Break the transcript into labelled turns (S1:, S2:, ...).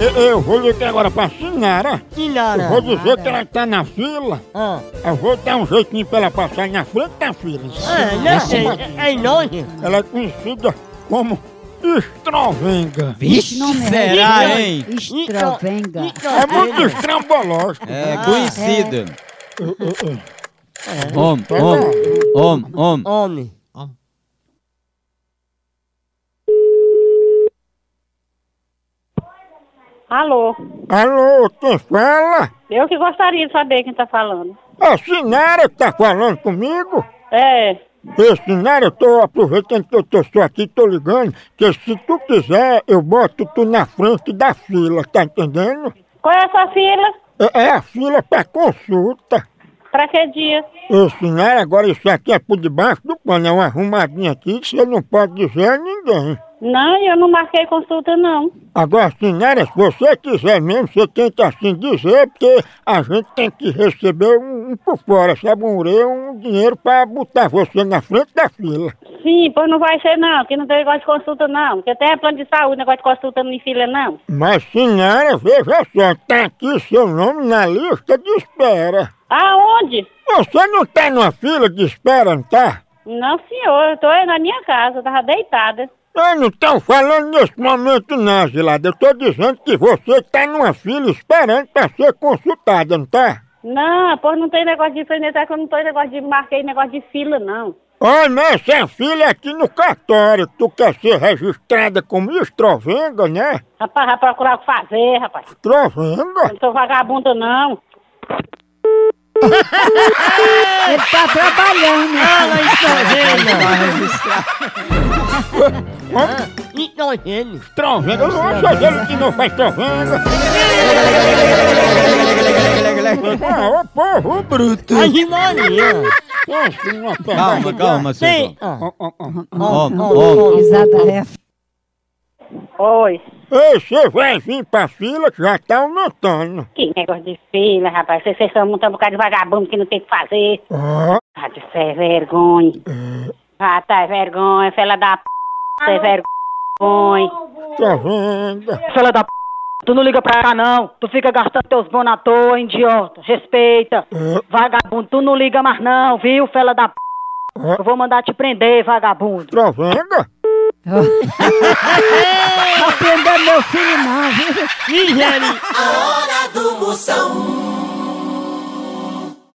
S1: Eu, eu vou ligar agora pra Sinara.
S2: Sinara.
S1: Eu vou dizer que ela tá na fila.
S2: Ah.
S1: Eu vou dar um jeitinho pra ela passar na frente da fila.
S3: Ah.
S2: É, não sei. É longe.
S1: Ela é conhecida como estrovenga.
S3: Vixe, será, hein?
S4: Estrovenga.
S1: É muito Uh, estrambológico.
S3: É conhecido. Om, om, om, om.
S2: Homem.
S5: Alô,
S1: Alô, quem fala?
S5: eu que gostaria de saber quem tá falando.
S1: A Sinara que tá falando comigo?
S5: É,
S1: Esse cenário, eu tô aproveitando que eu tô só aqui, tô ligando, que se tu quiser, eu boto tu na frente da fila, tá entendendo?
S5: qual é a sua fila?
S1: É, é a fila pra consulta.
S5: Pra que dia?
S1: Esse cenário, agora isso aqui é por debaixo do pano, é uma arrumadinha aqui que você não pode dizer a ninguém.
S5: Não, eu não marquei consulta, não.
S1: Agora, Sinara, se você quiser mesmo, você tenta assim dizer, porque a gente tem que receber um, um por fora, sabe, um orelha, um dinheiro pra botar você na frente da fila.
S5: Sim, pois não vai ser, não, que não tem negócio de consulta, não. Porque tem plano de saúde, negócio de consulta não em fila, não.
S1: Mas senhora, veja só, tá aqui seu nome na lista de espera.
S5: Aonde?
S1: Você não tá numa fila de espera, não tá?
S5: Não, senhor, eu tô aí na minha casa, eu tava deitada.
S1: Eu não tô falando nesse momento não, Zilada. Eu tô dizendo que você tá numa fila esperando pra ser consultada, não tá?
S5: Não, pois não tem negócio de frente, é que eu não tô em negócio de marquei negócio de fila, não.
S1: Olha, nessa fila é aqui no cartório, tu quer ser registrada como estrovenga, né?
S5: Rapaz, vai procurar o que fazer, rapaz. Eu
S1: Estrovenga?
S5: não sou vagabunda, não.
S4: Ele tá trabalhando.
S2: Ela está
S1: Ó,
S2: vendo. Então, ele.
S1: Estrovenga, eu não vou fazer ele que não faz estrovenga. Ah, ô povo tá assim, bruto!
S2: A de Maria.
S1: Pensa numa
S3: Calma,
S1: pegada.
S3: calma,
S2: Tem.
S3: senhor.
S2: ó,
S1: Ó, ó, ó.
S2: uh,
S3: Om, om.
S4: Risada F.
S5: Oi.
S1: Ei, você vai vir pra fila que já tá aumentando.
S5: Que negócio de fila, rapaz. Vocês vocês são muito um bocado de vagabundo que não tem o que fazer.
S1: Ó,
S5: Ah, de ser vergonha. Ah, tá, é vergonha. Fela da p. Você é vergonha.
S1: tá vendo?
S5: Fela da p. Tu não liga pra cá, não. Tu fica gastando teus bons à toa, hein, idiota. Respeita. Vagabundo, tu não liga mais, não, viu, fela da p. Eu vou mandar te prender, vagabundo.
S1: Tá vendo?
S4: Não aprendeu meu filho, não, viu?
S2: Ingere.
S6: A hora do Moção.